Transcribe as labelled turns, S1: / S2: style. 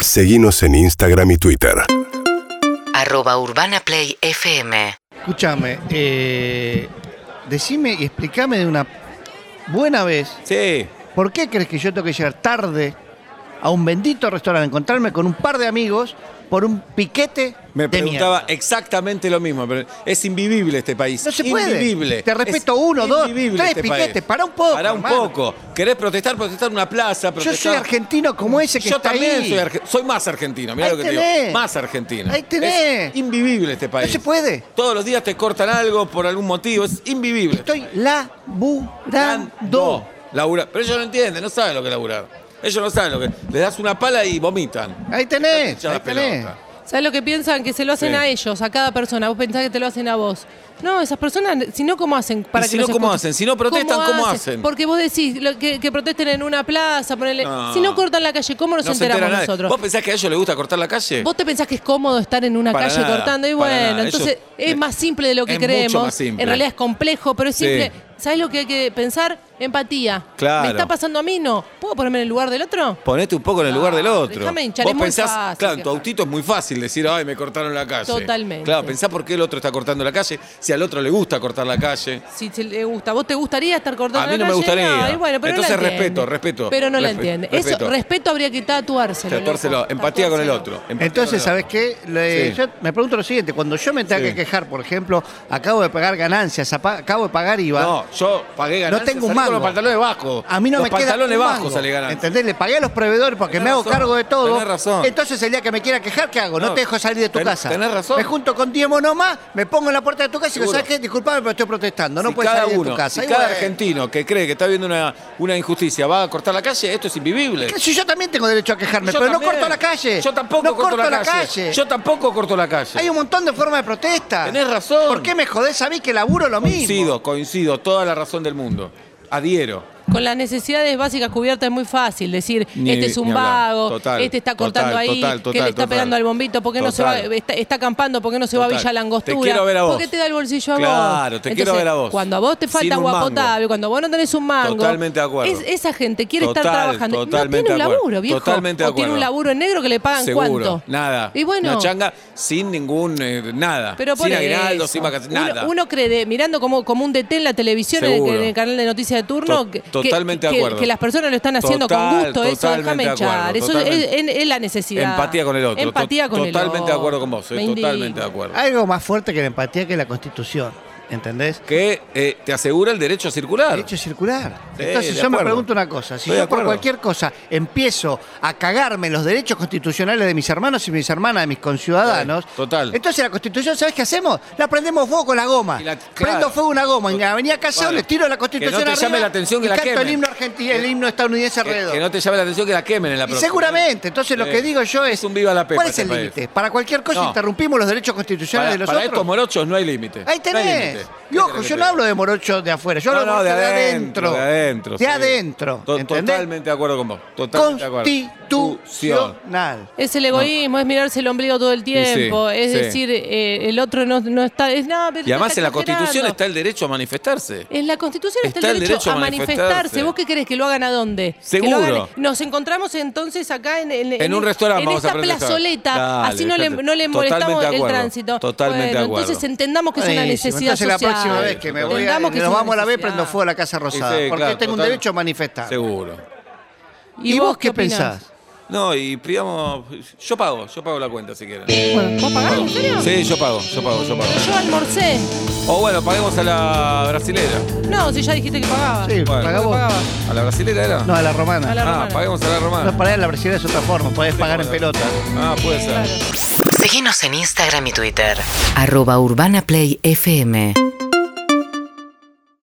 S1: Seguimos en Instagram y Twitter.
S2: Arroba Urbana Play FM.
S3: Escúchame, eh, decime y explícame de una buena vez,
S4: Sí.
S3: ¿por qué crees que yo tengo que llegar tarde a un bendito restaurante, a encontrarme con un par de amigos por un piquete
S4: Me
S3: de
S4: preguntaba
S3: mierda?
S4: exactamente lo mismo, pero es invivible este país.
S3: No se puede.
S4: Invivible.
S3: Te respeto uno, dos,
S4: invivible este
S3: tres piquetes, pará un poco,
S4: Pará un
S3: hermano.
S4: poco. ¿Querés protestar? Protestar en una plaza.
S3: Yo
S4: Protestar.
S3: soy argentino como ese que
S4: Yo
S3: está
S4: también
S3: ahí.
S4: soy arge- soy más argentino, mirá
S3: Ahí
S4: lo que te
S3: tenés.
S4: digo. Más argentino.
S3: Ahí tenés.
S4: Es invivible este país.
S3: No se puede.
S4: Todos los días te cortan algo por algún motivo. Es invivible.
S3: Estoy laburando.
S4: Labura. Pero ellos no entienden, no saben lo que es laburar. Ellos no saben lo que. Les das una pala y vomitan.
S3: Ahí tenés,
S4: Ya
S3: ahí
S4: la
S3: tenés.
S4: pelota.
S5: ¿Sabes lo que piensan? Que se lo hacen
S4: Sí.
S5: a ellos, a cada persona. Vos pensás que te lo hacen a vos. No, esas personas, si no, ¿cómo hacen para
S4: Y
S5: que
S4: si no,
S5: los
S4: ¿cómo
S5: escuchen?
S4: hacen? Si no protestan, ¿cómo hacen?
S5: Porque vos decís lo que, que protesten en una plaza, ponele.
S4: No.
S5: Si no cortan la calle, ¿cómo nos
S4: No se
S5: enteramos
S4: entera nadie.
S5: nosotros?
S4: ¿Vos pensás que a ellos les gusta cortar la calle?
S5: ¿Vos te pensás que es cómodo estar en una
S4: Para
S5: calle
S4: nada,
S5: cortando? Y
S4: para
S5: bueno,
S4: nada.
S5: entonces
S4: Eso-
S5: es más simple de lo que
S4: es mucho
S5: creemos.
S4: más simple.
S5: En realidad es complejo, pero es
S4: Sí.
S5: simple. ¿Sabes lo que hay que pensar? Empatía.
S4: Claro.
S5: ¿Me está pasando a mí? No. ¿Puedo ponerme en el lugar del otro?
S4: Ponete un poco en el lugar del otro.
S5: déjame hinchar,
S4: Vos
S5: es muy
S4: pensás,
S5: fácil,
S4: claro, en
S5: Gerardo.
S4: tu autito es muy fácil decir, ay, me cortaron la calle.
S5: Totalmente.
S4: Claro, pensá por qué el otro está cortando la calle, si al otro le gusta cortar la calle.
S5: Si te le gusta, ¿vos te gustaría estar cortando
S4: A mí
S5: la
S4: no me
S5: calle?
S4: gustaría.
S5: No, y bueno, pero no la
S4: Entonces
S5: entiende.
S4: respeto, respeto.
S5: Pero no la
S4: Respeto,
S5: entiende.
S4: respeto.
S5: Eso, respeto habría que tatuárselo.
S4: Tatuárselo,
S5: loco,
S4: empatía con el
S5: tatuárselo.
S4: otro. empatía con
S3: Entonces,
S4: el otro.
S3: ¿sabes qué? Le-
S4: Sí.
S3: Yo me pregunto lo siguiente. Cuando yo me tenga
S4: Sí.
S3: que quejar, por ejemplo, acabo de pagar ganancias, apa- acabo de pagar IVA.
S4: No, yo pagué ganancias.
S3: no tengo un
S4: salí
S3: mango.
S4: con los pantalones bajos.
S3: A mí no
S4: los
S3: me queda
S4: pantalones
S3: un
S4: bajos
S3: mango.
S4: salí ganando.
S3: ¿Entendés? Le pagué a los proveedores porque
S4: Tenés
S3: me hago
S4: razón,
S3: cargo de todo.
S4: tenés razón.
S3: Entonces el día que me quiera quejar, ¿qué hago? No,
S4: No,
S3: te dejo salir de tu
S4: ten-
S3: casa.
S4: tenés razón.
S3: Me junto con 10 monos más, me pongo en la puerta de tu casa y digo,
S4: Seguro.
S3: ¿sabes qué? Disculpame, pero estoy protestando. No
S4: Si
S3: puedes
S4: cada
S3: salir de
S4: uno,
S3: tu casa.
S4: si
S3: Y
S4: cada
S3: bueno,
S4: argentino que cree que está viendo una, una injusticia va a cortar la calle, esto es invivible.
S3: ¿qué? Si yo también tengo derecho a quejarme,
S4: Yo
S3: pero
S4: también.
S3: no corto la calle.
S4: Yo tampoco
S3: no
S4: corto, la, calle. Yo tampoco corto la calle.
S3: Hay un montón de formas de protesta.
S4: Tenés razón.
S3: ¿Por qué me jodés a mí que laburo lo mismo?
S4: Coincido, coincido, toda la razón del mundo. Adhiero.
S5: Con las necesidades básicas cubiertas es muy fácil decir,
S4: Ni-
S5: este es
S4: ni
S5: un
S4: hablar.
S5: vago,
S4: Total,
S5: este
S4: total,
S5: está cortando ahí,
S4: total,
S5: que
S4: total,
S5: le está
S4: total.
S5: pegando al bombito, ¿por qué no se va,
S4: Total.
S5: está, está acampando, por qué no se va a
S4: Total.
S5: Villa Langostura?
S4: Te quiero ver a vos.
S5: ¿Por qué te da el bolsillo a
S4: Claro,
S5: vos?
S4: te quiero ver a vos.
S5: Cuando a vos te falta
S4: Sin un
S5: agua
S4: mango.
S5: potable, cuando vos no tenés un mango.
S4: Totalmente de acuerdo.
S5: es- esa gente quiere estar
S4: Total,
S5: trabajando.
S4: totalmente
S5: no
S4: de
S5: tiene un
S4: acuerdo.
S5: laburo, viejo.
S4: Totalmente de
S5: o tiene un
S4: acuerdo.
S5: laburo en negro que le pagan
S4: Seguro.
S5: cuánto.
S4: Nada.
S5: Y bueno.
S4: Una changa sin ningún. eh, nada.
S5: Pero por
S4: sin aguinaldo,
S5: eso.
S4: sin vacaciones.
S5: Uno-
S4: Nada.
S5: Uno, cree, de- mirando como, como un DT en la televisión, en el,
S4: Seguro.
S5: en el canal de noticias de turno,
S4: To-
S5: que,
S4: totalmente de
S5: que- que-
S4: acuerdo.
S5: que las personas lo están haciendo
S4: Total,
S5: con gusto. Eso,
S4: totalmente
S5: déjame
S4: de acuerdo,
S5: echar. Eso es,
S4: totalmente.
S5: es- es la necesidad.
S4: Empatía con el otro.
S5: Empatía
S4: to-
S5: con el otro.
S4: Totalmente de acuerdo con vos. soy
S5: Me indigna.
S4: totalmente de acuerdo.
S3: Algo más fuerte que la empatía que la Constitución. ¿Entendés?
S4: Que eh, te asegura el derecho a circular.
S3: Derecho a circular.
S4: Sí,
S3: Entonces
S4: de
S3: yo me
S4: acuerdo.
S3: pregunto una cosa. Si
S4: Estoy de
S3: yo por
S4: acuerdo.
S3: cualquier cosa empiezo a cagarme en los derechos constitucionales de mis hermanos y mis hermanas, de mis conciudadanos,
S4: Sí, total.
S3: entonces la constitución, ¿sabes qué hacemos? La prendemos fuego con la goma.
S4: Y la-
S3: Prendo
S4: claro.
S3: fuego una goma. En la avenida Casado
S4: Claro.
S3: le tiro la
S4: Que no te
S3: constitución
S4: llame
S3: arriba
S4: la atención que
S3: y
S4: la
S3: canto el
S4: quemen.
S3: himno argentino, el himno estadounidense
S4: Que,
S3: alrededor.
S4: que no te llame la atención que la quemen en la
S3: Y
S4: próxima.
S3: seguramente, entonces lo
S4: Sí.
S3: que digo yo es,
S4: un viva la pepa.
S3: ¿cuál es
S4: este
S3: el
S4: país.
S3: límite? Para cualquier cosa
S4: No.
S3: interrumpimos los derechos constitucionales
S4: Para,
S3: de los
S4: para
S3: otros.
S4: estos morochos no hay límite.
S3: Ahí
S4: No hay
S3: tenés.
S4: límite.
S3: Y ojo,
S4: ¿Qué
S3: yo
S4: querés
S3: no
S4: que
S3: hablo de morocho de afuera, yo
S4: No,
S3: hablo
S4: no,
S3: de
S4: de
S3: morocho
S4: adentro.
S3: De adentro.
S4: sí.
S3: De adentro.
S4: To-
S3: ¿entendés?
S4: Totalmente de acuerdo con vos. Totalmente de acuerdo.
S3: Constitucional.
S5: Es el egoísmo, es mirarse el ombligo todo el tiempo, es
S4: sí.
S5: decir, eh, el otro no, no está. Es, nada, pero
S4: Y además
S5: está
S4: en la
S5: exagerando. Eh,
S4: Constitución está el derecho a manifestarse.
S5: En la Constitución está,
S4: Está
S5: el derecho, a manifestarse. ¿Vos qué querés? ¿Que lo hagan a dónde? Que lo
S4: Seguro.
S5: hagan- Nos encontramos entonces acá en, en-
S4: En un restaurante
S5: En
S4: vamos a
S5: esta
S4: protestar.
S5: plazoleta.
S4: Dale,
S5: así no le,
S4: dejate.
S5: no le molestamos
S4: Totalmente de
S5: el
S4: acuerdo.
S5: tránsito.
S4: Totalmente
S5: bueno,
S4: de acuerdo.
S5: Entonces entendamos que es una
S3: Buenísimo.
S5: necesidad
S3: Entonces
S5: social.
S3: la próxima vez que me voy a,
S5: Entendamos que es
S3: nos
S5: una
S3: vamos a la vez,
S5: necesidad.
S3: prendo fuego a la Casa Rosada.
S4: Sí,
S3: porque
S4: claro,
S3: tengo un
S4: total.
S3: derecho a manifestar.
S4: Seguro.
S3: ¿Y, vos qué
S5: opinás?
S3: pensás?
S4: No, y pidamos. Yo pago, yo pago la cuenta si quieren.
S5: Bueno, ¿Vos pagás? ¿En serio?
S4: Sí, yo pago, yo pago, yo pago.
S5: Pero yo almorcé.
S4: O bueno, paguemos a la brasilera.
S5: No, si ya dijiste que pagaba.
S3: Sí,
S4: Bueno.
S3: pagá
S5: Yo
S3: vos.
S5: pagaba.
S4: ¿A la brasilera era?
S3: No, a la romana.
S5: A la-
S4: ah,
S5: romana.
S4: paguemos a la romana.
S3: No, para la brasileña es otra forma. Podés pagar en pelota.
S4: Ah, puede ser.
S2: Síguenos en Instagram y Twitter. Arroba Urbana Play FM.